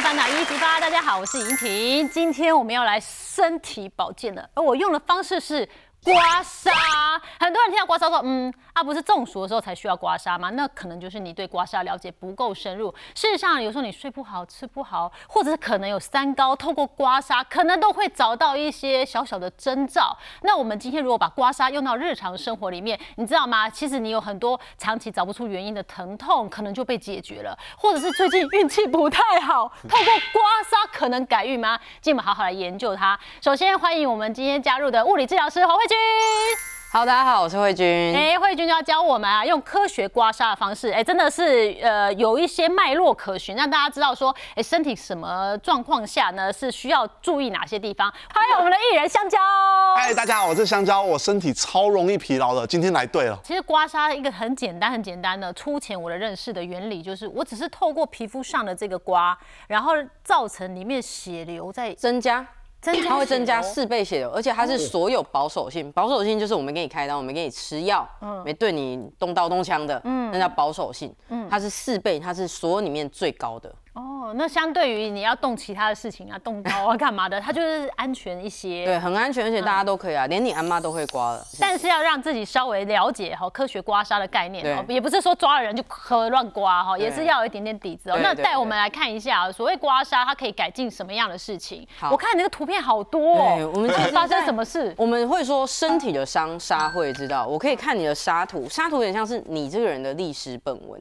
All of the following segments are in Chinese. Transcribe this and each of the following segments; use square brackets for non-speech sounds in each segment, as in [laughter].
烦恼一一发。大家好，我是莹婷，今天我们要来身体保健了，而我用的方式是。刮痧，很多人听到刮痧说，嗯，啊，不是中暑的时候才需要刮痧吗？那可能就是你对刮痧了解不够深入。事实上，有时候你睡不好、吃不好，或者是可能有三高，透过刮痧，可能都会找到一些小小的征兆。那我们今天如果把刮痧用到日常生活里面，你知道吗？其实你有很多长期找不出原因的疼痛，可能就被解决了，或者是最近运气不太好，透过刮痧可能改运吗？今天我们好好来研究它。首先欢迎我们今天加入的物理治疗师侯慧君。好，大家好，我是慧君。哎、慧君就要教我们啊，用科学刮痧的方式，哎、真的是呃有一些脉络可循，让大家知道说，哎、身体什么状况下呢是需要注意哪些地方。还有我们的艺人香蕉，嗨，哎大家好，我是香蕉，我身体超容易疲劳的，今天来对了。其实刮痧一个很简单、很简单的，粗浅我的认识的原理就是，我只是透过皮肤上的这个刮，然后造成里面血流在增加，增加它会增加血流哦四倍血流，而且它是所有保守性。保守性就是我们给你开刀，我们给你吃药，嗯没对你动刀动枪的，那叫保守性。嗯它是四倍，它是所有里面最高的。哦。那相对于你要动其他的事情啊，动刀啊、干嘛的，它就是安全一些。对，很安全，而且嗯大家都可以啊，连你阿妈都会刮了。但是要让自己稍微了解哈科学刮痧的概念哦，对也不是说抓了人就可乱刮哈，对也是要有一点点底子哦。对那对带我对们来看一下啊，所谓刮痧，它可以改进什么样的事情？好我看你那个图片好多对哦，我们就是发生在什么事？我们会说身体的伤，沙会知道。我可以看你的沙图，沙图有点像是你这个人的历史本文。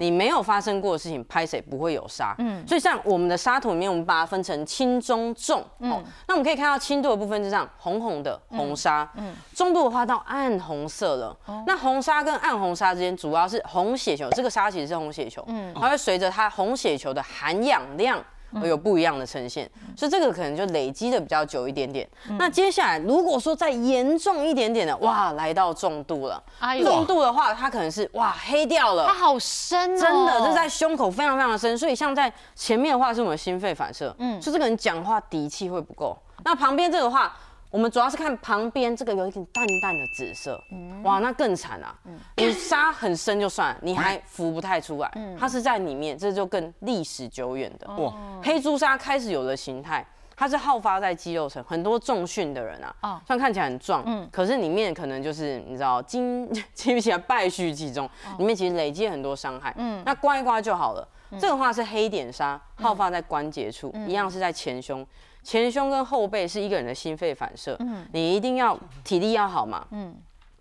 你没有发生过的事情，拍谁不会有沙。啊嗯，所以像我们的沙图里面，我们把它分成轻、中、重。哦，那我们可以看到轻度的部分，就像红红的红沙。嗯，哦中度的话到暗红色了。那红沙跟暗红沙之间，主要是红血球，这个沙其实是红血球。嗯，它会随着它红血球的含氧量。嗯会有不一样的呈现，所以这个可能就累积的比较久一点点。嗯那接下来如果说再严重一点点的，哇，来到重度了。哎呦重度的话，它可能是哇黑掉了它，好深哦，真的就在胸口非常非常的深。所以像在前面的话是我们的心肺反射，嗯，所以这个人讲话底气会不够。那旁边这个的话。我们主要是看旁边这个有一点淡淡的紫色，嗯哇，那更惨啊！你沙很深就算了，你嗯还浮不太出来，它是在里面，这就更历史久远的。哦哇，黑朱砂开始有了形态，它是好发在肌肉层，很多重训的人啊，哦虽然看起来很壮，可是里面可能就是你知道 [laughs] 经经不起来败絮其中，里面其实累积很多伤害，那刮一刮就好了。这个话是黑点沙，好发在关节处，一样是在前胸。前胸跟后背是一个人的心肺反射，你一定要体力要好嘛，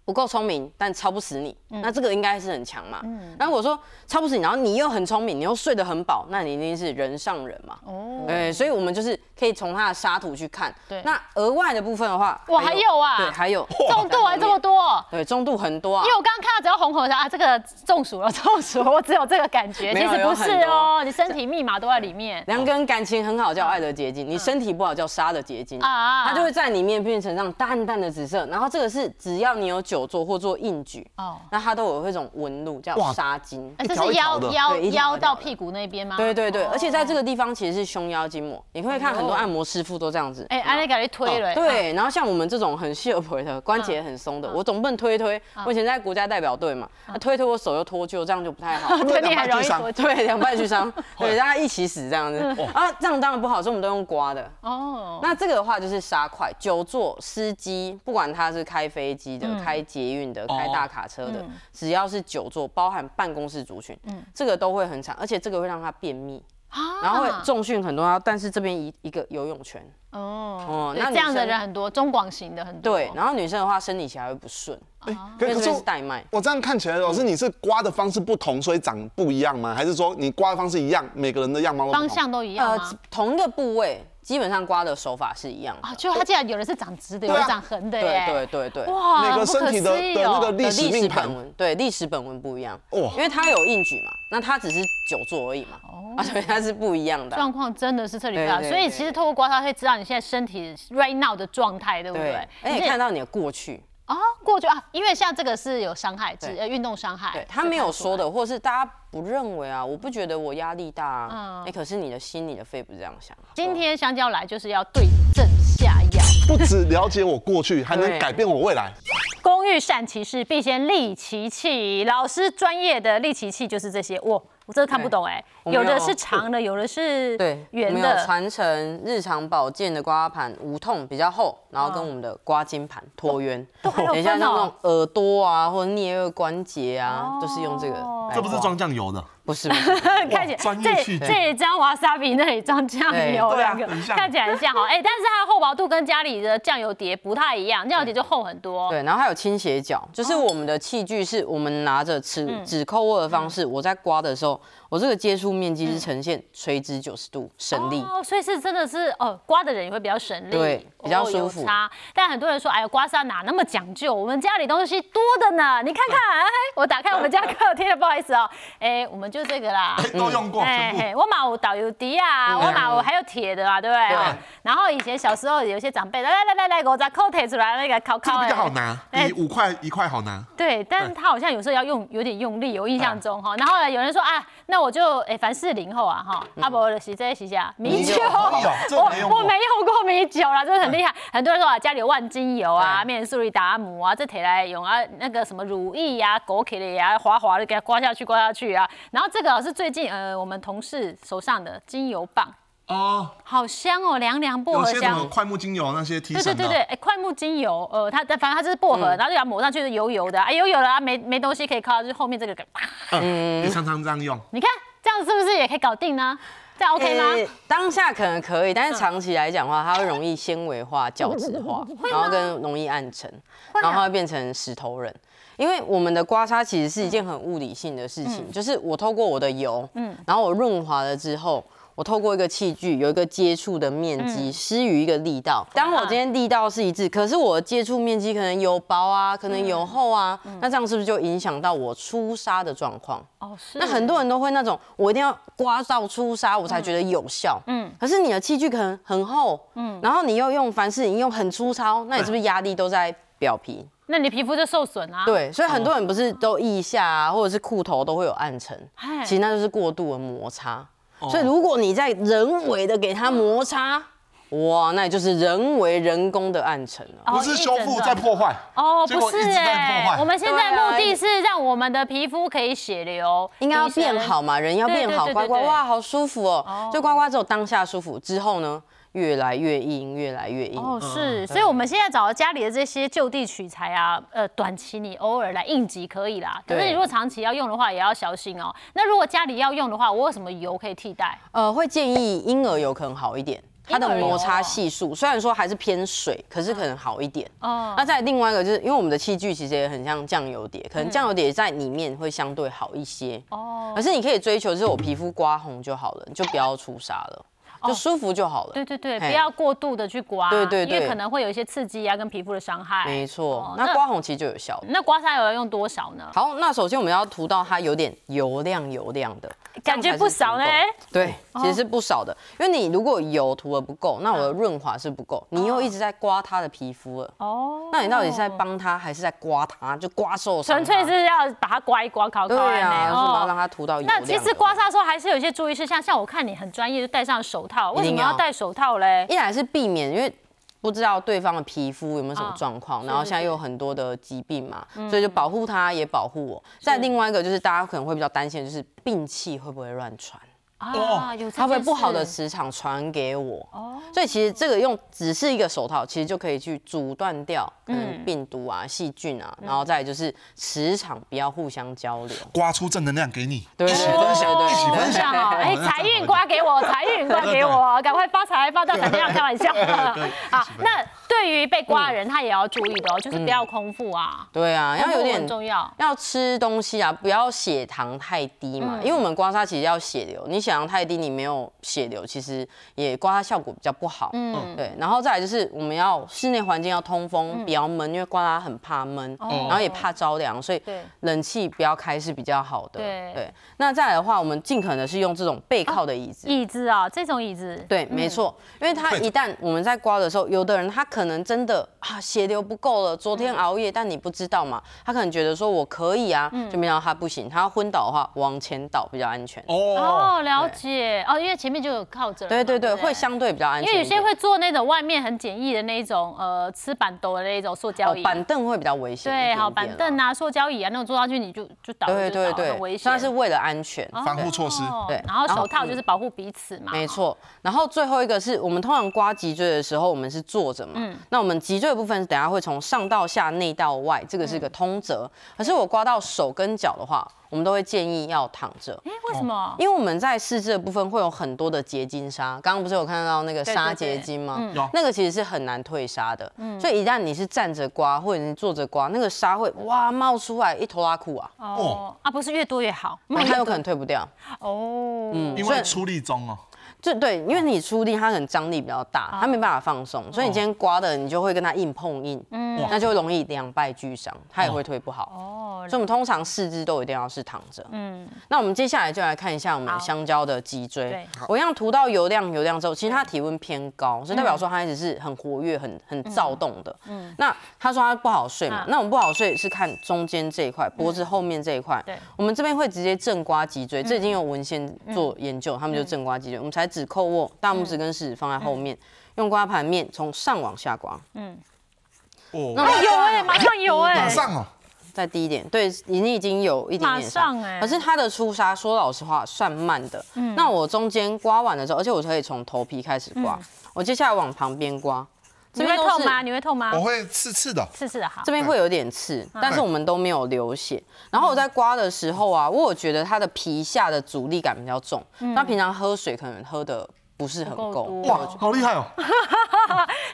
不够聪明，但超不死你，嗯那这个应该是很强嘛。那如果说超不死你，然后你又很聪明，你又睡得很饱，那你一定是人上人嘛。哦，对，所以我们就是可以从他的沙土去看。对那额外的部分的话，哇还有啊对，还有重度还这么，多。对，中度很多啊因为。我刚刚看到只要红红的啊，这个中暑了， [laughs] 中暑了，我只有这个感觉，没其有实不有是很多哦，你身体密码都在里面。两个人感情很好叫爱的结晶，你身体不好叫沙的结晶，嗯啊它就会在里面变成这样淡淡的紫色。然后这个是只要你有久坐或做硬举，哦哦，那它都有一种纹路叫哇纱巾。哎，这一条一条是腰的腰对一条一腰条到的屁股那边吗？哦对对对，而且在这个地方其实是胸腰筋膜，你会看很多按摩师傅都这样子。哎，安利给你推了。哦对，然后像我们这种很秀腿的，关节很松嗯的，我总不能推一推。我以前在国家代表队嘛，那推一推我手又脱臼，这样就不太 [laughs] 好。对，两你败很容俱易伤脱臼。对，两败 [laughs] 俱伤，对，大家一起死这样子啊，这样当然不好，所以我们都用刮的。哦，那这个的话就是杀块，久坐司机，不管他是开飞机嗯的、开捷运的、开大卡车的，只要是久坐，包含办公室族群，嗯这个都会很惨，而且这个会让他便秘。啊然后会重训很多啊，但是这边一一个游泳圈，哦哦，对那这样女的生人很多，中广型的很多。对，然后女生的话生理期还会不顺，哎，因为可是这边是我带脉。我这样看起来，老师你是刮的方式不同，所以长不一样吗？还是说你刮的方式一样，每个人的样貌都不同方向都一样吗？呃同一个部位基本上刮的手法是一样的啊，，就它竟然有的是长直的，有对啊的长横的耶。对对对对。哇，每个身体的不可思议的那哦个历史命盘本文对历史本文不一样，哇因为它有硬举嘛，那它只是久坐而已嘛， [laughs] 啊，所以它是不一样的啊。状况真的是彻底不一样，对对所以其实透过刮痧可以知道你现在身体 right now 的状态，对不对对？，而你且是看到你的过去，啊，过去啊，因为像这个是有伤害，只对呃运动伤害，对他没有说的，或者是大家不认为啊，我不觉得我压力大啊，哎，可是你的心里的肺不是这样想啊。今天香蕉来就是要对症下药。不只了解我过去，还能对改变我未来。工欲善其事，必先利其器。老师专业的利其器就是这些。哇，我真的看不懂哎、我们有的有是长的，有的是对，我圆们有的。传承日常保健的刮盘，无痛比较厚，然后跟我们的刮筋盘椭圆，都还有等一下嗯分哦哦像那种耳朵啊或者颞颌关节啊，都是用这个来刮。这不是装酱油的，不是，不 [laughs] 是看起来专业这去里这里张瓦萨比，那里张酱油，对对啊两个很 [laughs] 像看起来很像哈。哎，但是它的厚薄度跟家里的酱油碟不太一样，酱油碟就厚很多。哦对，然后还有倾斜角，就是我们的器具是我们拿着指嗯指扣握的方式，我在刮的时候，我这个接触面积是呈现垂直九十度，省力。哦，所以是真的是哦，刮的人也会比较省力，对比较哦有舒服差，但很多人说，哎呀，刮痧哪那么讲究？我们家里东西多的呢，你看看，哎，我打开我们家客厅了，不好意思哦，哎，我们就这个啦。 [laughs] 都用过，全哎部。嘿，我嘛有导游笛啊，我嘛有还有铁的啊，对不对？对哦然后以前小时候有些长辈，来来来来来，我把扣铁出来那个烤这烤个哎，比较好拿，哎比五块一块好拿。对，但哎他好像有时候要用有点用力，我印象中哈。然后呢，有人说啊，那我就哎，凡士林后啊哈，嗯阿伯的洗这洗下啊米酒，哎呦这我没用过哎我没用过米酒啦，真的很厉害。很多人说啊，家里有万金油啊、对面速力达姆啊，这铁来用啊，那个什么乳液呀、枸杞的呀，滑滑的给它刮下去，刮下去啊。然后这个是最近呃，我们同事手上的精油棒，哦，好香哦，凉凉薄有荷些什么香。快木精油那些提对对神对的，对，哎、快木精油，呃，它但反正它就是薄荷，嗯然后就把它抹上去是油油的，啊，油油的啊，没没东西可以靠，就是后面这个，啪嗯，也常常这样用。 [laughs] 你看这样是不是也可以搞定呢？这样 OK 吗？诶当下可能可以，但是长期来讲的话，它会容易纤维化、角质化，然后跟容易暗沉，然后它会变成石头人。因为我们的刮痧其实是一件很物理性的事情，就是我透过我的油，嗯，然后我润滑了之后。我透过一个器具有一个接触的面积，施予一个力道。当我今天力道是一致，可是我的接触面积可能油薄啊，可能油厚啊，那这样是不是就影响到我出痧的状况？哦，是那很多人都会那种，我一定要刮到出痧，我才觉得有效。嗯，可是你的器具可能很厚，嗯，然后你又用凡士林用很粗糙，那你是不是压力都在表皮？那你的皮肤就受损啊。，对，所以很多人不是都腋下啊，或者是裤头都会有暗沉哎，其实那就是过度的摩擦。所以如果你在人为的给它摩擦，哇，那也就是人为人工的暗沉了。哦不是修复在破坏，哦，结果不一是直在哎、破坏我们现在对啊目的是让我们的皮肤可以血流，应该要提升变好。嘛，人要对变对好，对刮对刮对哇，好舒服哦。就刮刮之后当下舒服，之后呢，越来越硬，越来越硬。哦，是，所以我们现在找家里的这些就地取材啊，呃，短期你偶尔来应急可以啦，可是对你如果长期要用的话，也要小心哦。那如果家里要用的话，我有什么油可以替代？呃，会建议婴儿油可能好一点。它的婴儿油摩哦擦系数虽然说还是偏水，可是可能好一点。哦哦，那再另外一个就是，因为我们的器具其实也很像酱油碟，可能酱油碟在里面会相对好一些。嗯哦哦，可是你可以追求就是我皮肤刮红就好了，你就不要出痧了，就舒服就好了。哦对对对，嘿不要过度的去刮，啊对对因为对可能会有一些刺激啊，跟皮肤的伤害。没错哦，那刮红其实就有效了。那刮痧油要用多少呢？好，那首先我们要涂到它有点油亮油亮的，感觉不少呢哎哦这样才是足够对，其实是不少的，因为你如果油涂的不够，那我的润滑是不够，你又一直在刮它的皮肤了。嗯哦，那你到底是在帮它还是在刮它？就刮受伤纯它。粹是要把它刮一刮、烤烤对完啊，呢哦为什么要让它涂到油亮那的？其实刮痧的时候还是有一些注意事项，像我看你很专业，就戴上手套，为什一么定要要戴手套嘞？一来是避免，因为不知道对方的皮肤有没有什么状况，哦是嗯然后现在又有很多的疾病嘛，所以就保护它也保护我。再另外一个就是大家可能会比较担心，的就是病气会不会乱传？啊，有这它哦会件不好事哦的磁场传给我。所以其实这个用只是一个手套，其实就可以去阻断掉可能嗯病毒啊、细菌啊，然后再来就是磁场不要互相交流。刮出正能量给你，对一起分享，对一起分分享享。哦，哎，财运刮给我，财运刮给我，赶快发财发到闪电，开玩笑。 [laughs] 好，那对于被刮的人，他也要注意的哦，就是不要空腹啊，对啊，要有空腹点很重要。要吃东西啊，不要血糖太低嘛，嗯因为我们刮痧其实要血流，你血糖太低，你没有血流，其实也刮痧效果比较不好。嗯，对。然后再来就是我们要室内环境要通风，不要闷，因为刮痧很怕闷，然后也怕着凉，所以对冷气不要开是比较好的。对那再来的话，我们尽可能的是用这种背靠的椅子。椅子啊，这种椅子，对，没错，因为它一旦我们在刮的时候，有的人他可能真的啊血流不够了，昨天熬夜，但你不知道嘛，他可能嗯觉得说我可以啊，就没想到他不行，他要昏倒的话往前倒比较安全。哦，哦，了解哦，因为前面就有靠着了嘛。对对对，不会相对比较安因全一为有点。些会做那种外面很简易的那一种，呃，吃板凳的那一种塑胶哦椅，板凳会比较危险一点对，点啦。好板凳啊、塑胶椅啊那种坐上去你就就倒了，对就倒对了对很危，险。它是为了安全。防护措施。哦对然后然后手套就是保护彼此嘛。没错，然后最后一个是我们通常刮脊椎的时候，我们是坐着嘛。嗯那我们脊椎的部分，等一下会从上到下、内到外，这个是一嗯个通则。可是我刮到手跟脚的话，我们都会建议要躺着，哎，为什么？因为我们在四肢的部分会有很多的结晶沙。刚刚不是有看到那个纱结晶吗？嗯哦有那个其实是很难退沙的。所以一旦你是站着刮，或者你坐着刮，那个沙会哇冒出来一头拉裤啊，哦，啊，不是越多越好。它有可能退不掉。嗯哦，因为出力中哦，就对，因为嗯你出力，它可能张力比较大，哦它没办法放松，所以你今天刮的，你就会跟它硬碰硬，哇那就容易两败俱伤，它也会推不好。嗯哦所以，我们通常四肢都一定要是躺着。嗯，那我们接下来就来看一下我们香蕉的脊椎对。我一样涂到油亮油亮之后，其实它体温偏高，所以代表说它一直是很活跃、很很躁动的。嗯，那他说他不好睡嘛，嗯那我们不好睡是看中间这一块，脖子后面这一块。嗯对嗯我们这边会直接正刮脊椎，这已经有文献做研究，他们就正刮脊椎，我们才只扣握，大拇指跟食指放在后面，嗯用刮盘面从上往下刮。哦，那有嗯哎，马上有马嗯哎，上哦，再低一点，对，你已经有一点马点上欸嗯可是它的出痧，说老实话算慢的。那我中间刮完了之后，而且我可以从头皮开始刮，我接下来往旁边刮，嗯你这会边都痛是吗？你会痛吗我？会刺刺的，试试的好这。边会有点刺，但是我们都没有流血。然后我在刮的时候啊，我有觉得它的皮下的阻力感比较重，那平常喝水可能喝的不是很嗯不够够。多哇，好厉害哦！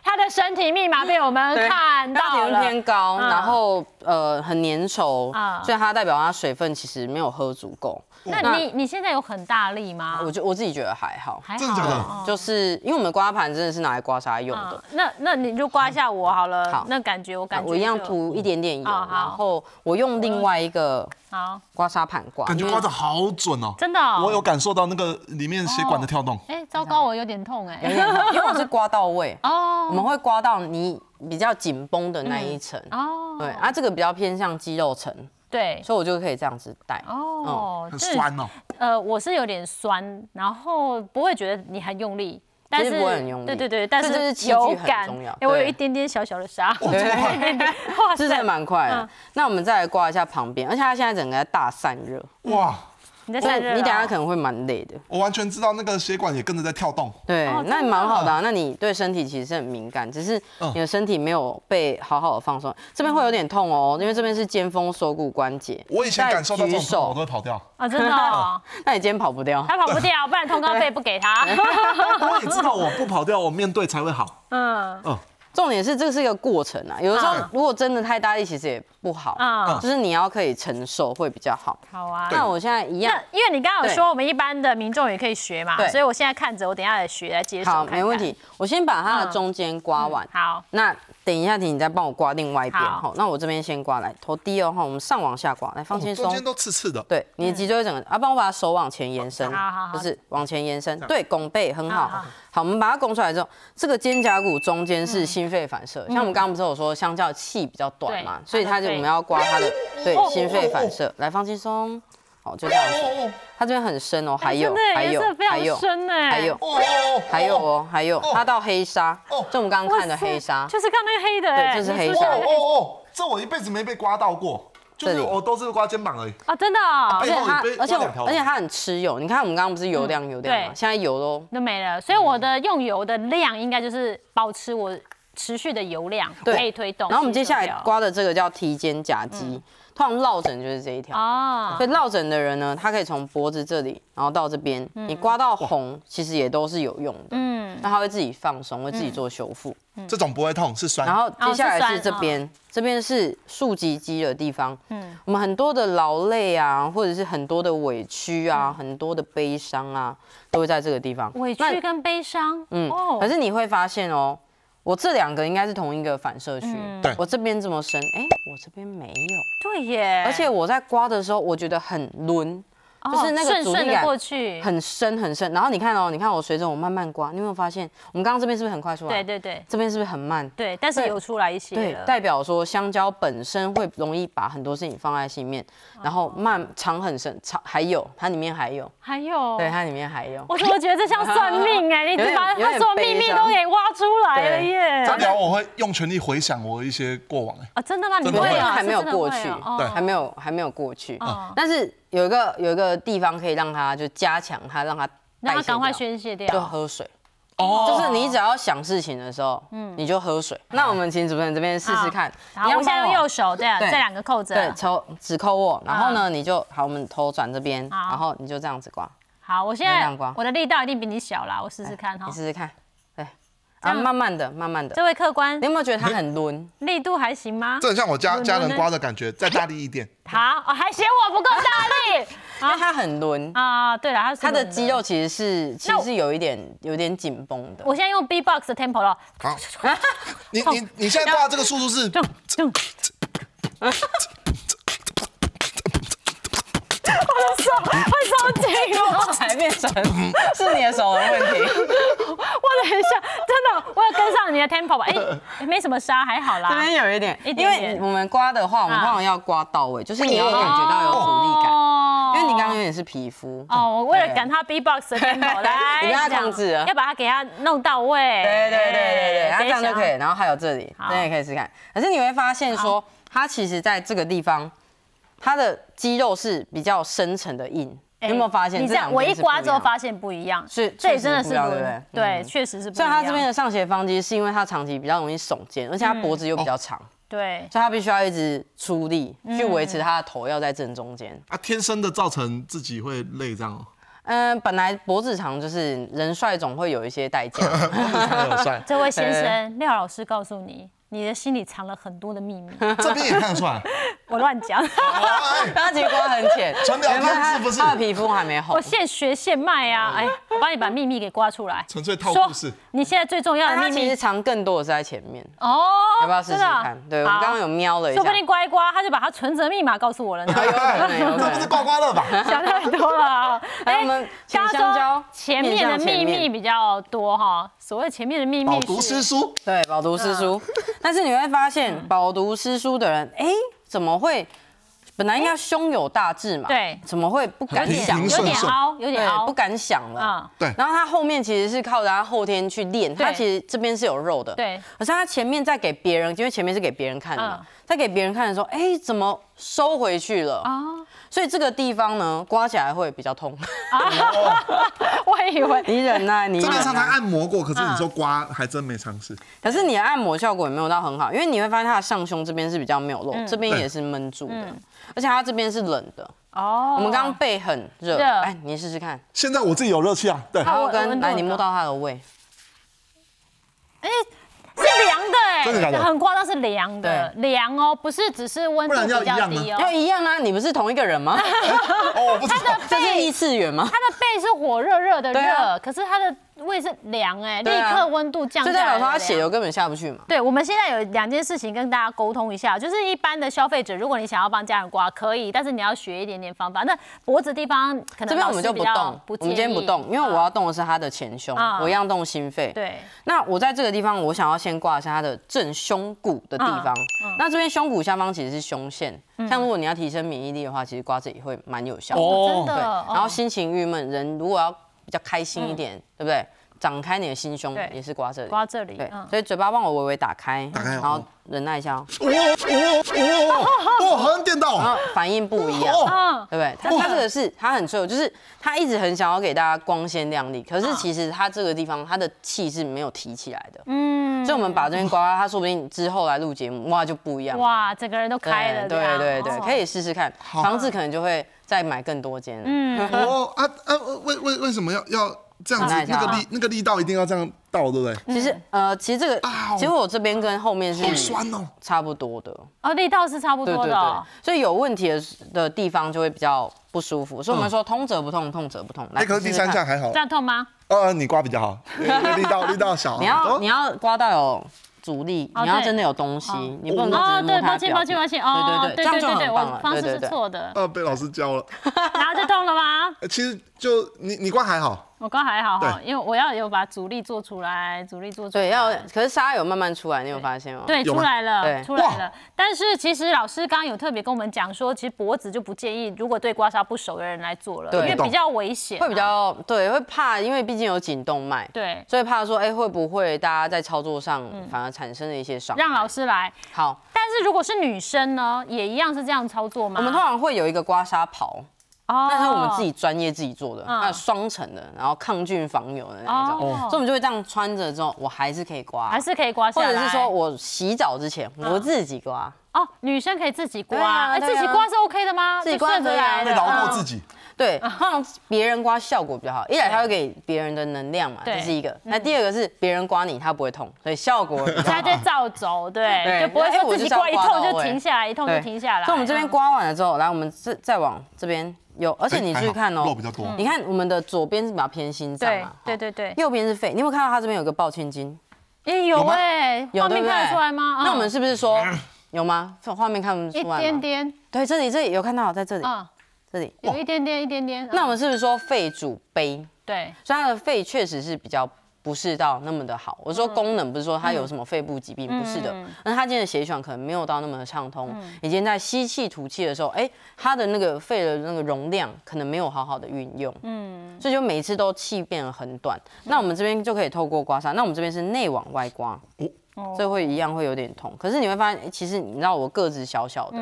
他的身体密码被我们对看它到体温了。偏高，嗯然后呃很粘稠，啊所以它代表它水分其实没有喝足够。那你你现在有很大力吗？我就我自己觉得还好，还真的假的好。就是因为我们刮盘真的是拿来刮痧用的。嗯那那你就刮一下我好了。好那感觉我啊感觉我一样就涂一点点油，嗯哦好然后我用另外一个好，刮痧盘刮，感觉刮的好准哦，真的哦我有感受到那个里面血哦管的跳动，哎，糟糕，我有点痛因为哎。因为我是刮到位，我哦们会刮到你比较紧绷的那一层。哦，对啊，这个比较偏向肌肉层，对。所以我就可以这样子带。哦，嗯很这酸哦。呃，我是有点酸，然后不会觉得你很用力，但其实是不会很用力对对对，但所以这是器是具有很感重要，哎，我有对哦一点点小小的沙，这么快哇是真的蛮快嗯的。那我们再来刮一下旁边，而且它现在整个在大散热，哇，你在所以散热，哦哦你等一下可。能会蛮累的。我完全知道那个血管也跟着在跳动。对，哦那真的蛮好的、啊。那你对身体其实是很敏感，只是哦你的身体没有被好好的放松。这边会有点痛哦，因为这边是肩峰锁骨关节。嗯我以前在感受到这举种痛，我手都，会跑掉。啊、真的、 [laughs] 哦，那你今天跑不掉。他跑不掉，不然通告费不给 [laughs] 他。我也知道我不跑掉，我面对才会好。嗯，重点是这是一个过程啊，有的时候嗯如果真的太大力，其实也不好嗯就是你要可以承受会比较好。好啊。哦那我现在一样那，因为你刚刚有对说我们一般的民众也可以学嘛对，所以我现在看着，我等一下来学来接手。好，看看没问。题。我先把它的嗯中间刮完。好，那等一下，你再帮我刮另外一边。好好，那我这边先刮来，头低哦，哈，我们上往下刮，来放轻我松。中间都刺刺的，对，你的脊椎会整个啊，帮我把手往前延伸，嗯好好好就是往前延伸，对，拱背很好好好。好，我们把它拱出来之后，这个肩胛骨中间嗯是心肺反射，像我们刚刚不是有说，相较气比较短嘛对，所以它就它的肺我们要刮它的对哦心肺反射，来放轻松，好，就这样哦子。它这边很深哦，还哎有真的还颜有色非还有常深哎，还有哦哦还有哦，还有它到黑沙，就我们刚刚哎哇看的塞黑沙，就是刚刚那个黑的哎，对这是你黑出的现哦了哦哦，这我一辈子没被刮到过，就是这里我都是刮肩膀而已。啊，真的哦哎而且它哦有被而且刮两条我而且它很吃油，你看我们刚刚不是油亮油亮嘛嗯对，现在油都都没了，嗯所以我的用油的量应该就是保持我持续的油量，对可以推动。然后我们接下来是这样刮的这个叫提肩胛肌，通常落枕就是这一条。嗯哦，所以落枕的人呢，他可以从脖子这里，然后到这边，嗯你刮到红，其实也都是有用的。嗯，那他会自己放松，会自己做修复。这种不会痛，是酸。嗯然后接下来嗯哦是是酸这边，这边是竖脊肌的地方。嗯，我们很多的劳累啊，或者是很多的委屈嗯啊，很多的悲伤啊，都会在这个地方。委那屈跟悲伤，嗯，哦可是你会发现哦，我这两个应该是同一个反射区。嗯对我这边这么深，哎、我这边没有，对耶，哦而且我在刮的时候，我觉得很抡。就是那个顺阻顺力的感过去，很深很深。然后你看哦，你看我随着我慢慢刮，你有没有发现我们刚刚这边是不是很快出来？对对对这边是不是很慢？对，但是对游出来一些对，了。代表说香蕉本身会容易把很多事情放在心里面，然后慢长很深，长还有它里面还有，还有，对，它里面还有。我怎么觉得这像算 [laughs] 命哎、你有只点把有他点所有秘悲密都伤给挖出来了对耶！张聊我会用全力回想我一些过往、哎，啊，真的吗？你 [laughs] 真的会会啊？还是没有真的过会去啊哦对还没有还没有过去哦，但是有一个有一个地方可以让它就加强它，让它让他代谢赶快掉宣泄就掉。喝水。哦就是你只要想事情的时候，嗯，你就喝水。那我们请主持人这边试试看，好，一样我现在用帮右手这样，对这两个扣啊对着。抽只扣握，然后呢你就好，我们头转这边，嗯好然后你就这样子刮，好，我现你在要这样刮我的力道一定比你小啦，我试试看哈哎哦你。试试看，对，这啊，样慢慢的，慢慢的。这位客官你有没有觉得它很抡？力度还行吗？这很像我家嗯有家人呢刮的感觉，再大力一点。好，哦还嫌我不够大 [laughs] 力因为它很抡，啊？对了，他它的肌。肉其实是其那实我是有一点有点紧绷的。我现在用 B-box 的 tempo 了， [laughs] 好，你你你现在刮的这个速度是咚咚。 [laughs] 我的手会收紧哦。才变成是你的手的问题，我等一下，真的，我要跟上你的 tempo 吧？哎、哎没什么沙，还好这啦。边有一点，一因点点为我们刮的话，我们啊通常要刮到位，就是你要感觉到有阻力感。哦因为你刚刚有点是皮肤哦，我为了对赶他 B-box 的 [laughs] tempo 来，你被他这样控制了要把他给他弄到位。对对对对对，哎然后这样就可等一以。下然后还有这里，好这样也可以试看。可是你会发现说，它其实在这个地方，它的肌肉是比较深层的硬。哎你有没有发现？你这这样，两我边一是不刮样之后发现不一样，是这确里实真的不是一样不对不对对，嗯确实是不一所以样。它这边的上斜方肌是因为它长期比较容易耸肩，而且它脖子又比较长，对所以它必须要一直出力去维持它的头要在正中间。啊，天生的造成自己会累这样哦。嗯，本来脖子长就是人帅总会有一些代 [laughs] 价，很帅，这位先呃生，廖老师告诉你，你的心里藏了很多的秘密。这边也看得出来。我乱 [laughs] 讲，哎它其实刮很浅，纯聊天原本它是不是它的皮肤还没红我，现学现卖嗯啊！哎，我帮你把秘密给刮出来。纯粹套说故事你现在最重要但的秘它哎其实密藏更多的是在前面。哦，要不要试真试的啊看？对，我们好刚刚有瞄了一下哎说不，定刮一刮，他就把他存折密码告诉我了呢。有可能，有可哎这不是能。刮刮乐吧？ [laughs] 想太多了 [laughs] 啊。来我们请刚刚香蕉说前面的秘密比较多哈，所谓前面的秘密饱是读诗书，对，饱读诗书。嗯但是你会发现，饱读诗书的人，哎，怎么会？本来应该胸有大志嘛，对怎么会不敢有点想？平平有顺点顺凹，有点对，凹不。敢想了。嗯对然后他后面其实是靠着他后天去练，对他其实这边是有肉的，对可是他前面在给别人，因为前面是给别人看的嘛嗯，在给别人看的时候，哎，怎么收回去了？哦所以这个地方呢，刮起来会比较痛。 [laughs] 哦 [laughs] 我以为你忍耐，你这边忍常常耐。按摩过，可是你说刮还真没尝试。可是你的按摩效果也没有到很好，因为你会发现它的上胸这边是比较没有嗯肉，这边也是闷住的，而且它这边是冷的。哦，我们刚刚背很热，热哎，你试试看。现在我自己有热气啊，对，然后我我跟闻到来，了你摸到它的胃，哎是凉的哎，真的假的很夸张是凉的，凉哦，不是只是温度不然要比较一低样哦要。一样啊，你不是同一个人 [laughs] 吗？ [laughs] 哦，我不知道，这是异次元吗它？的背是火热热的对啊热，可是它的胃是凉哎，立对啊刻温度降就下代来表了说凉。他血流根本下不去嘛。对，我们现在有两件事情跟大家沟通一下，就是一般的消费者，如果你想要帮家人刮，可以，但是你要学一点点方法。那脖子地方可能这边我老们师就不比较动，不我们今天建不议动，因为我啊要动的是他的前胸，啊我一样动心肺。。对那我在这个地方，我想要先挂一下它的正胸骨的地方。嗯那这边胸骨下方其实是胸线，像如果你要提升免疫力的话，其实刮这里会蛮有效的。哦真的对，嗯哦嗯然后心情郁闷，人如果要比较开心一点，对不对？展开你的心胸对也是刮这里。刮这里对嗯，所以嘴巴帮我微微打开，打开哦然后忍耐一下哦，哦哦，我好像电到然后哦，反应不一样。嗯，对不对？他他这个是他很脆弱，就是他一直很想要给大家光鲜亮丽，可嗯是其实他这个地方他的气是没有提起来的。嗯，所以我们把这边刮刮，他说不定之后来录节目，哇就不一样了。哇，整个人都对开了，啊哦对对对，可以。以试试看，房子可能就会再买更多间。嗯，哦啊啊，为为为什么要要这样子来？一下那个啊力那个力道一定要这样倒，对不对？ [laughs] 其实嗯呃，其实这个啊，其实我这边跟后面好是酸哦，差不多的。哦，力道是差不对多对的哦对，，所以有问题的的地方就会比较不舒服，所以我们说通则不痛，痛则不痛。来哎，可是第三试试下看还好哦这，样痛吗？哎呃，你刮比较好，因为力道力道小啊。你要哦你要刮到有阻力，哦你要对真的有东西，你不能够只哦是，摸对，它抱的歉，表抱歉，抱皮。歉，哦，对对对对这对样就对，很棒了我方式对是对对错 [laughs] 的，哦呃，被老师教了。然后就痛了吗？呃其实就你你瓜还好，我刚还好哈，对因为我要有把阻力做出来，阻力做出来，对，要可是沙有慢慢出来，你有发现哦啊吗？，对，有出吗来了，对出来了。但是其实老师刚刚有特别跟我们讲说，其实脖子就不建议，如果对刮痧不熟的人来做了，对因为懂比较危险啊、会比较对，会怕，因为毕竟有颈动脉，对。嗯所以怕说，哎、会不会大家在操作上反而产生了一些伤害？让老师来，好，但是如果是女生呢，也一样是这样操作吗？我们通常会有一个刮痧袍，啊哦那是我们自己专业自己做的，嗯它有双层的，然后抗菌防油的那一种，哦所以我们就会这样穿着之后，我还是可以刮还，是可以刮下或来，嗯者是说我洗澡之前我自己刮，哦，女生可以自己刮，对啊哎对啊自己刮是 OK 的吗？自己刮就顺着来对会的，哦啊饶嗯过自己。对，通常别人刮效果比较好，一来它会给别人的能量嘛，对嗯这是一个，那第二个是别人刮你它不会痛，所以效 [laughs] 果比较他好。就照走，对，对就不会哎说我自己就是要刮一刮痛到就位停下来，一痛就对停下来。所以我们这边嗯刮完了之后，来我们这再往这边有，而且你哎注意看还好哦肉比较多，你看我们的左边是比较偏心脏对嘛，对对对，右边是肺，你有没有看到它这边有个抱歉筋？哎有有吗哎，有画对面不对看得出来吗？嗯那我们是不是说有吗？这画面看不一出来吗？点点，对，这里这里有看到，在这里、嗯，这里。有一点点，一点点。那我嗯们是不是说肺主悲？对所以它的肺确实是比较不是到那么的好。我说功能不是说它有什么肺部疾病，不是的。那它今天的血液循环可能没有到那么的畅通，以及在吸气吐气的时候，哎，它的那个肺的那个容量可能没有好好的运用，嗯，所以就每一次都气变得很短。那我们这边就可以透过刮痧，那我们这边是内往外刮，所以会一样会有点痛。可是你会发现，诶其实你知道我个子小小的。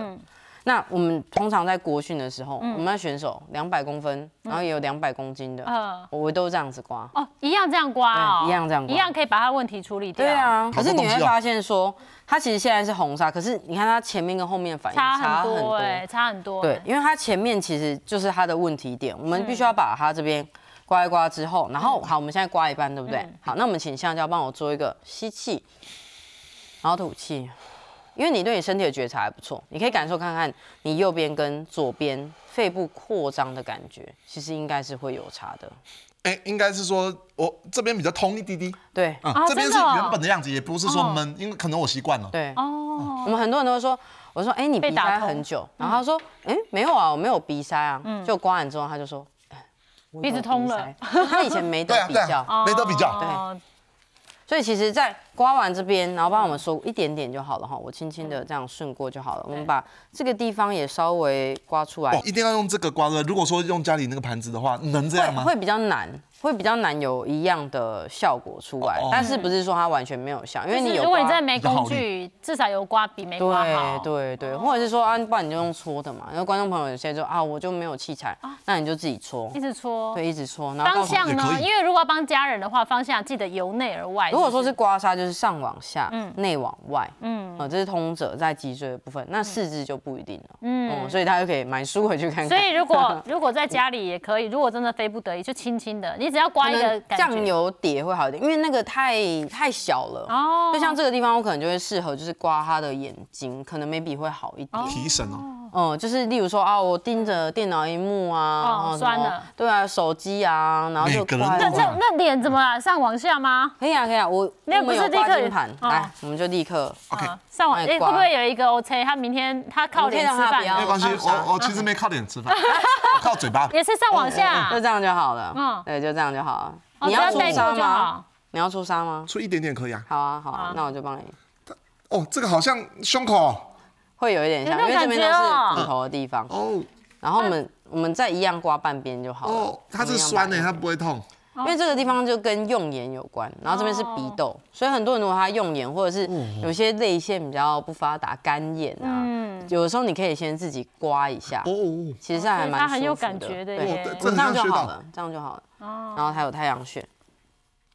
那我们通常在国训的时候，我们的选手两百公分，然后也有两百公斤的，嗯我都这样子刮。哦，一样这样刮哦，对一样这样刮一样可以把它问题处理掉。对，啊，好可多是你东西会哦发现说，它其实现在是红砂，可是你看它前面跟后面反应差差很很多多。欸哎，差很多。对，，因为它前面其实就是它的问题点，我们必须要把它这边刮一刮之后，然后好，我们现在刮一半，对不对？好，那我们请香蕉帮我做一个吸气，然后吐气，因为你对你身体的觉察还不错，你可以感受看看你右边跟左边肺部扩张的感觉，其实应该是会有差的。哎、应该是说我这边比较通一滴滴，对，嗯，啊这边真是的哦原本的样子，也不是说闷，因为可能我习惯了。哦对，哦，我们很多人都会说，我说，哎、你被鼻打塞通嗯很久，然后他说，哎、没有啊，我没有鼻塞啊，就刮完之后他就说，哎我有鼻子通了鼻塞， [laughs] 他以前没得对啊，比对较，啊，没得比较。哦，所以其实，在刮完这边，然后帮我们收一点点就好了哈，我轻轻的这样顺过就好了，我们把这个地方也稍微刮出来哦，，一定要用这个刮的。如果说用家里那个盘子的话，能这样会吗？会比较难。会比较难有一样的效果出来，哦但是不是说它完全没有效，因为就你是有如果你刮真的没有工好具，至少有刮比没刮好。哦对对对，或者是说啊，不然你就用搓的嘛。然后观众朋友有些就啊，我就没有器材，那你就自己搓哦一，直搓。对，一直搓。然后告方诉向你呢也可？以因为如果要帮家人的话，方向记得由内而外。如果说是刮痧，就是上往下，内往外，嗯，啊，这是通者在脊椎的部分，嗯那四肢就不一定了，嗯，所以他就可以买书回去看看。所以如 [laughs] 果如果在家里也可以，如果真的非不得已，就轻轻的，你只要刮可一个能感酱觉。油碟会好一点，因为那个太太小了。哦哦，就像这个地方，我可能就会适合就是刮他的眼睛，可能 maybe 会好一点。提神哦，嗯，就是例如说啊，我盯着电脑荧幕啊，然后什哦酸么了对啊，手机啊，然后就每个人刮一都那刮这那样那脸怎么啦？上往下吗？可以啊，可以啊，我那我们不是有立刻刮金盘，哦来，我们就立刻哦 OK 啊上往哎诶会刮不会有一个 OK？他明天他靠脸吃我们可饭以让他不没要的，关系，啊我我其实没靠脸吃饭，我靠 [laughs] 嘴巴。也是上往下就，这样就好了。嗯嗯，对，就这样就好了。哦哎你只要要出带痧过就吗？好。你要出痧吗？出一点点可以啊。好啊，好啊，那我就帮你。哦，这个好像胸哦口会有一点像，有因没为有这边都感觉哦是骨头的地方。哦然后我们我们再一样刮半边就好了。哦，它我是们一样欸酸的，把它不会痛。哦因为这个地方就跟用眼有关，然后这边是鼻窦，所以很多人如果他用眼或者是有些泪腺比较不发达，干眼啊，嗯有的时候你可以先自己刮一下，哦哦，其实这还蛮它很有舒服感觉的对耶哦这很这样像就穴好道了，这样就好了。然后还有太阳穴，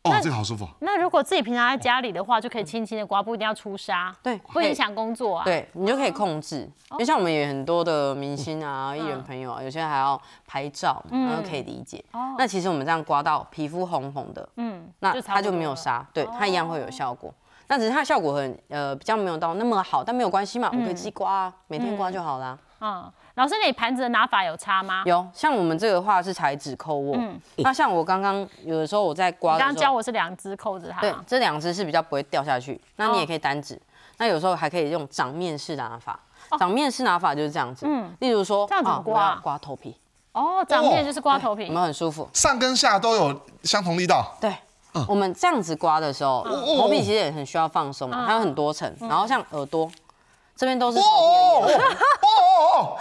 哦，这个好舒服。那如果自己平常在家里的话，就可以轻轻的刮，不一定要出痧，对不影响哦工作啊。，对你就可以控制。因为像我们有很多的明星嗯啊、艺人朋友啊，有些还要拍照，那就可以理解。哦那其实我们这样刮到皮肤红红的，嗯，那就差它不就没多有了哦杀，对，它一样会有效果。那只是它的效果很呃比较没有到那么好，但没有关系嘛，我可以自己刮啊，每天刮就好啦。嗯，老师，那你盘子的拿法有差吗？有，像我们这个话是裁指抠握，那像我刚刚啊有的时候我在嗯刮你的时刚候，刚教我是两只扣着它对嘛，，这两只是比较不会掉下去。那哦你也可以单指，那有时候还可以用掌面式拿法。掌面式拿法就是这样子，嗯，例如说，哦这样怎么啊刮啊我要刮头皮，哦，长面就是刮头皮有没，有很舒服？上跟下都有相同力道，对，嗯我们这样子刮的时候，头皮其实也很需要放松嘛，它有很多层，然后像耳朵这边都是头皮的叶子，哦哦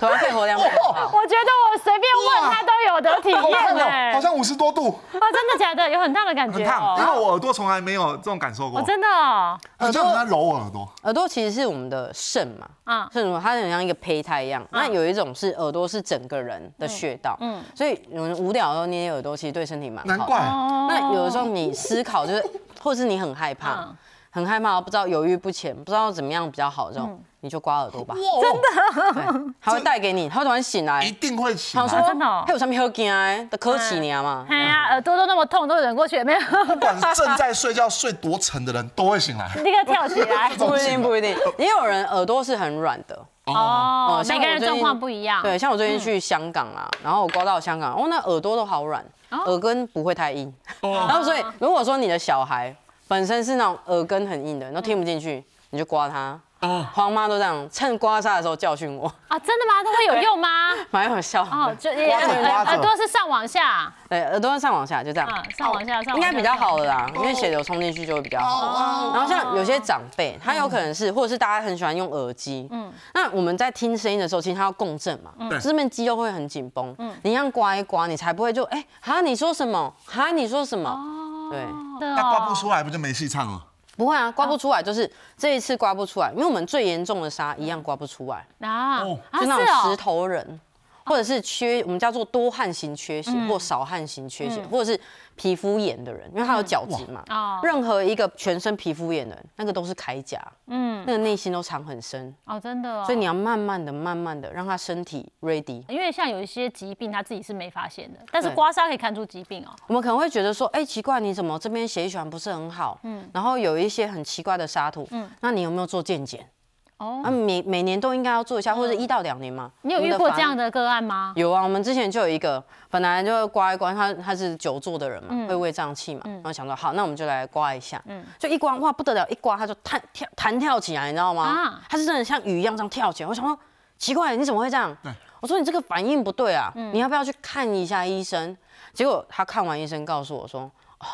头要肺活量非常哦好。我觉得我随便问他都有得体哦，好验烫哎、哦，好像五十多度，哦，真的假的？有很大的感很觉烫，因哦，为我耳朵从来没有这种感受过哦，。真的哦，很像人在揉我耳朵，耳朵其实是我们的肾嘛，啊啊，肾什么？它很像一个胚胎一样。那有一种是耳朵是整个人的穴道，嗯，所以我们无聊的时候捏捏耳朵，其实对身体蛮好的。难怪那有的时候你思考就是， [laughs] 或是你很害怕，嗯很害怕，不知道犹豫不前，不知道怎么样比较好，这种、你就刮耳朵吧，真的它会带给你，它会突然醒来一，定会起想说来，真的哦还有上面喝惊的，都科起你啊嘛。哎呀、耳朵都那么痛，都忍过去没有？不管是正在睡觉睡多沉的人都会醒来。立刻跳起来不一定，不一定，也有人耳朵是很软的，哦哦，像每我个人最近状况不一样，对，像我最近去香港啊，然后我刮到香港，哦，那耳朵都好软，哦耳根不会太硬。然后所以如果说你的小孩本身是那种耳根很硬的，都听不进去，你就刮他。黄妈都这样，趁刮痧的时候教训我， [laughs] 啊，真的吗？那会有用吗？蛮有效的。哦，就也刮着刮耳着耳朵是上往下，对，耳朵上往下就这样啊，上往下上往下哦应该比较好了啦，因为血流冲进去就会比较哦好。然后像有些长辈，他有可能是，或者是大家很喜欢用耳机，嗯，那我们在听声音的时候，其实它要共振嘛，这边肌肉会很紧绷，嗯，你这样刮一刮，你才不会就哎哈你说什么哈你说什么，对，真的那刮哦不出来不就没戏唱了？不会啊，刮不出来就是这一次刮不出来，因为我们最严重的沙一样刮不出来，啊，啊就是那种石哦，头人，或者是缺，我们叫做多汗型缺血或少汗型缺血，或者是皮肤炎的人，因为他有角质哇哦嘛。任何一个全身皮肤炎的人，那个都是铠甲，嗯，那个内心都藏很深，哦，真的哦，所以你要慢慢的、慢慢的让他身体 ready。因为像有一些疾病他自己是没发现的，但是对刮痧可以看出疾病哦，我们可能会觉得说，哎，奇怪，你怎么这边血液循环不是很好？嗯，然后有一些很奇怪的沙土，嗯，那你有没有做健检？哦哦，啊，每每年都应该要做一下，或者一到两年嘛。嗯你有我们遇的过法这样的个案吗？有啊，我们之前就有一个，本来就刮一刮，他他是久坐的人嘛，嗯会胃胀气嘛，然后想说好，那我们就来刮一下，就一刮哇不得了，一刮他就弹跳弹跳起来，你知道吗？啊他是真的像鱼一样这样跳起来，我想说奇怪，你怎么会这样？我说你这个反应不对啊，嗯你要不要去看一下医生？结果他看完医生告诉我说，哦，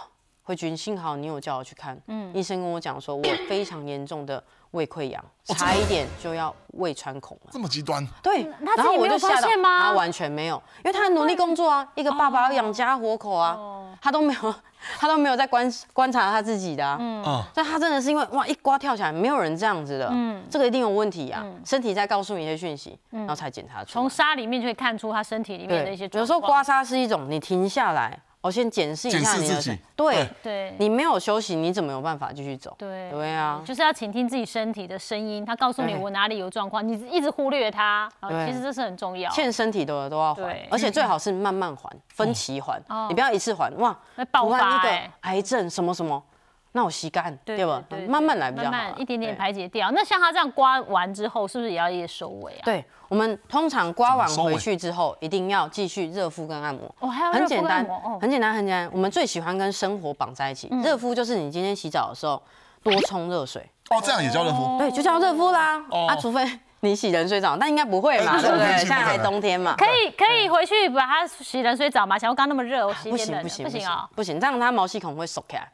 慧君，幸好你有叫我去看，嗯医生跟我讲说我有非常严重的胃溃疡，差一点就要胃穿孔了。这么极端，对，嗯他自己然后我没有就吓发到现吗哦他完全没有，因为他很努力工作啊，一个爸爸要养家活口啊，他都没有，他都没有在观观察他自己的啊。嗯嗯，但他真的是因为哇一刮跳起来，没有人这样子的，嗯，这个一定有问题啊，身体在告诉你一些讯息，然后才检查出嗯从来。痧里面就可以看出他身体里面的一些状况，有时候刮痧是一种你停下来，我先检视一检下视你的自己身，对对，对，你没有休息，你怎么有办法继续走？对对啊，就是要倾听自己身体的声音，他告诉你对我哪里有状况，你一直忽略它，啊对其实这是很重要。欠身体的都要还对，哦而且最好是慢慢还，哦分期还，你不要一次还，哇会，爆我发还那欸个癌症什么什么，那我吸干，对对吧？慢慢来比较好慢啊，慢一点点对。排解掉。那像他这样刮完之后，是不是也要也收尾啊？对我们通常刮完怎么收尾回去之后，一定要继续热敷跟按摩。哦还要热很敷简跟按单摩哦，嗯很简单，很简单。我们最喜欢跟生活绑在一起。热敷就是你今天洗澡的时候多冲热水，哦，这样也叫热敷，对，就叫热敷啦。哦啊，除非你洗冷水澡，但应该不会嘛，哎对不这种对？天气现不在可还能冬天嘛，可以可以回去把它洗冷水澡嘛，想要刚那么热，我洗一不点行冷的不行不行啊。不行，这样它毛细孔会缩起来。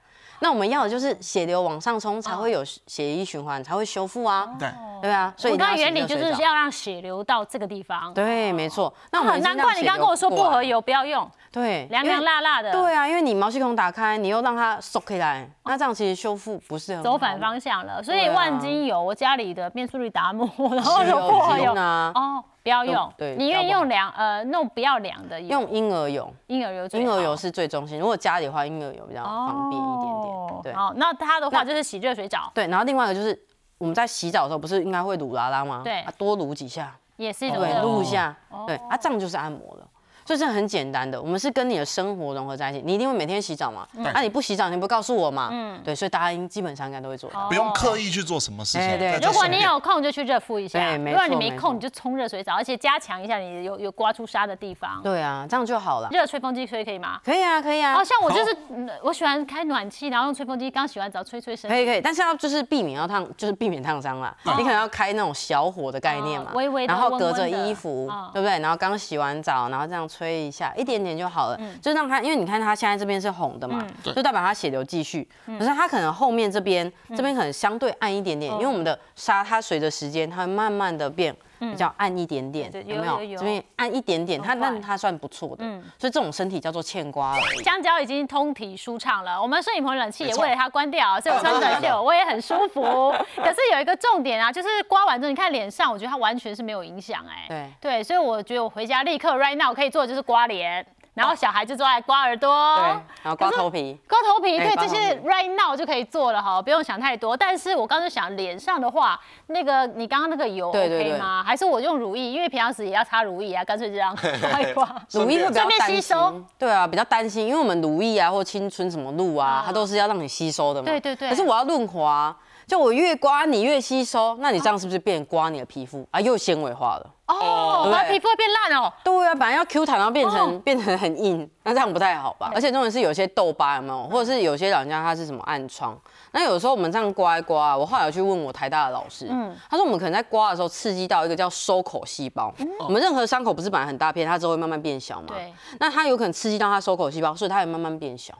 那我们要的就是血流往上冲，才会有血液循环，才会修复啊。对，对啊，所以哦我刚它刚原理就是样。要让血流到这个地方。对，没错。那我啊，们难怪你刚刚跟我说薄荷合，油不要用，对，凉凉因为。辣辣的，，对啊，因为你毛细孔打开，你又让它缩起来，那这样其实修复不是很好哦走反。方向了。所以对啊万金油，我家里的变速率达 [laughs] 摩，然后哦有有薄荷油用啊哦，不要用用，对你愿意比较不好用凉呃弄不要凉的油，用婴儿油，婴儿油最好，婴儿油是最中心。如果家里的话，婴儿油比较方便一点点。对哦好，那它的话那就是洗热水澡，对，然后另外一个就是我们在洗澡的时候，不是应该会撸拉拉吗？对啊多撸几下。也是一种对，热敷哦撸一下，对啊，这样就是按摩了。所以是很简单的，我们是跟你的生活融合在一起。你一定会每天洗澡嘛？那、你不洗澡，你不告诉我嘛？嗯，对，所以大家应基本上应该都会做到。不用刻意去做什么事情。哎对但就如果顺你便有空就去热敷一下，对如没果你错没没空，错你就冲热水澡，而且加强一下你有有刮出痧的地方。对啊，这样就好了。热吹风机吹可以吗？可以啊，可以啊哦，，像我就是，嗯我喜欢开暖气，然后用吹风机，刚洗完澡吹吹身体。可以可以，但是要就是避免要烫，就是避免烫伤啦。你可能要开那种小火的概念嘛哦，微微的然后温隔温着的衣服嗯，对不对？然后刚洗完澡，然后这样吹一下，一点点就好了，嗯就让它，因为你看它现在这边是红的嘛，就代表它血流继续。嗯可是它可能后面这边，这边可能相对暗一点点，因为我们的沙它随着时间它会慢慢的变。比较暗一点点，嗯对有有没有有这边暗一点点，它很快嗯那它算不错的，所以这种身体叫做欠瓜而已。香蕉已经通体舒畅了，我们摄影棚冷气也为了它关掉，所以我穿哦短袖我也很舒服。 [laughs] 可是有一个重点啊，就是刮完之后，你看脸上，我觉得它完全是没有影响哎、对对，所以我觉得我回家立刻 right now 我可以做的就是刮脸，然后小孩就做来刮耳朵，对，然后刮头皮。刮头皮，哎对刮这头皮些 right now 就可以做了哈，不用想太多。但是我刚才想脸上的话，那个你刚刚那个油对对 OK 对吗？还是我用乳液？因为平常时也要擦乳液啊，干脆这 [laughs] 样刮一 [laughs] 刮。乳液会比较顺便担吸心收，对啊，比较担心，因为我们乳液啊或青春什么露啊，它都是要让你吸收的嘛。嗯对对对可是我要润滑，啊就我越刮你越吸收，那你这样是不是变刮你的皮肤啊？又纤维化了。哦，我的对皮肤会变烂哦。对啊，本来要 Q 弹，然后变成、哦变成很硬，那这样不太好吧？而且重点是有些痘疤有没有，或者是有些老人家他是什么暗疮，那有时候我们这样刮一刮啊，我后来有去问我台大的老师，嗯他说我们可能在刮的时候刺激到一个叫收口细胞，我们任何伤口不是本来很大片，它之后会慢慢变小嘛？嗯对，那它有可能刺激到它收口细胞，所以它也慢慢变小。哦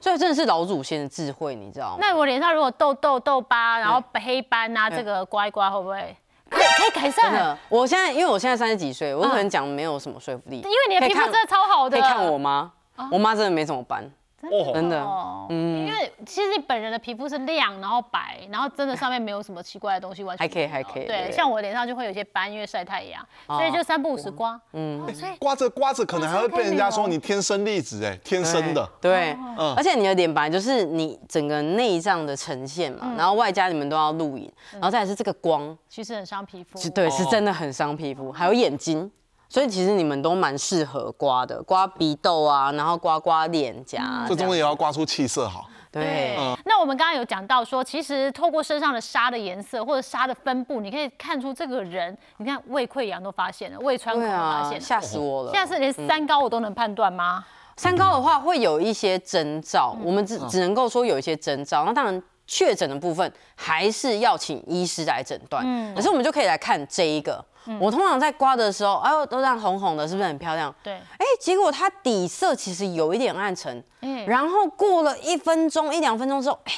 所以真的是老祖先的智慧，你知道吗？那我脸上如果痘痘、痘疤，然后黑斑啊，这个刮一刮会不会可以可以改嗯真善的？，我现在因为我现在三十几岁，我可能讲没有什么说服力，因嗯因为你的皮肤真的哦超好的。可以看我妈，我妈真的没怎么斑。真的嗯哦，因为其实你本人的皮肤是亮，然后白，然后真的上面没有什么奇怪的东西，完全还可以没有还可以对，对哦像我脸上就会有一些斑，因为晒太阳，所以就三不五时刮。嗯，所以刮着刮着，可能还会被人家说你天生丽质，哎，天生的。嗯对，而且你的脸本来就是你整个内脏的呈现嘛，然后外加你们都要录影，然后再来是这个光，其实很伤皮肤。是哦对，是真的很伤皮肤，还有眼睛。所以其实你们都蛮适合刮的，刮鼻痘啊，然后刮刮脸颊，这中间也要刮出气色好。对，啊那我们刚刚有讲到说，其实透过身上的沙的颜色或者沙的分布，你可以看出这个人，你看胃溃疡都发现了，胃穿孔对都发啊现，了。吓死我了。现在是连三高我都能判断吗？三高的话会有一些征兆，嗯我们只只能够说有一些征兆。那当然，确诊的部分还是要请医师来诊断。嗯可是我们就可以来看这一个。我通常在刮的时候，哎呦，都这样红红的，是不是很漂亮？对哎，结果它底色其实有一点暗沉，嗯然后过了一分钟、一两分钟之后，哎，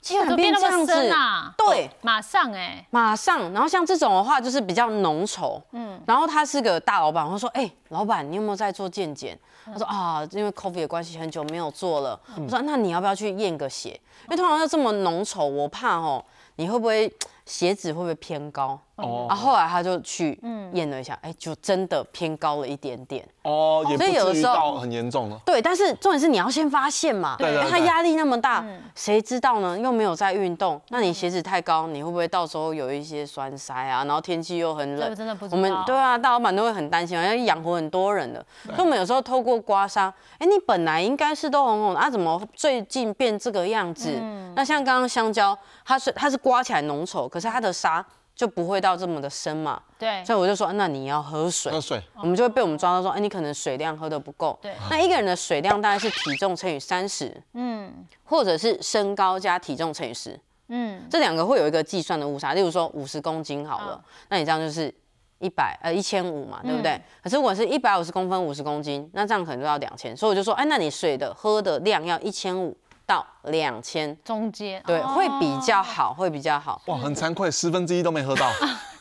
竟怎然么变那变这样么深子啊？对，马上哎、马上，然后像这种的话就是比较浓稠，嗯，然后他是个大老板，我说，哎、老板，你有没有在做健检？他说啊，因为 COVID 的关系很久没有做了。我说啊那你要不要去验个血？因为通常要这么浓稠，我怕哦，你会不会血脂会不会偏高？哦，啊，后来他就去验了一下，哎、就真的偏高了一点点。哦，也所以有不的至于时候到很严重了。对，但是重点是你要先发现嘛，对对因为他对压力那么大，嗯谁知道呢？又没有在运动，那你血脂太高，你会不会到时候有一些栓塞啊？然后天气又很这冷，个真的不知我们道对啊，大老板都会很担心，好像养活很多人的。所以我们有时候透过刮痧，哎，你本来应该是都红红的，啊，怎么最近变这个样子？嗯那像刚刚香蕉，它是它是刮起来浓稠，可是它的痧就不会到这么的深嘛。对所以我就说，啊那你要喝水喝。水，我们就会被我们抓到说，哎、你可能水量喝的不够。对那一个人的水量大概是体重乘以三十，嗯，或者是身高加体重乘以十，嗯，这两个会有一个计算的误差。例如说五十公斤好嗯了，那你这样就是一百呃一千五嘛，对不对？可是如果是一百五十公分五十公斤，那这样可能就要两千。所以我就说，哎、那你水的喝的量要一千五到两千。中间对，哦会比较好，会比较好。哇，很惭愧，十分之一都没喝到。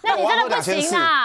那你我要真喝的不行2400啊！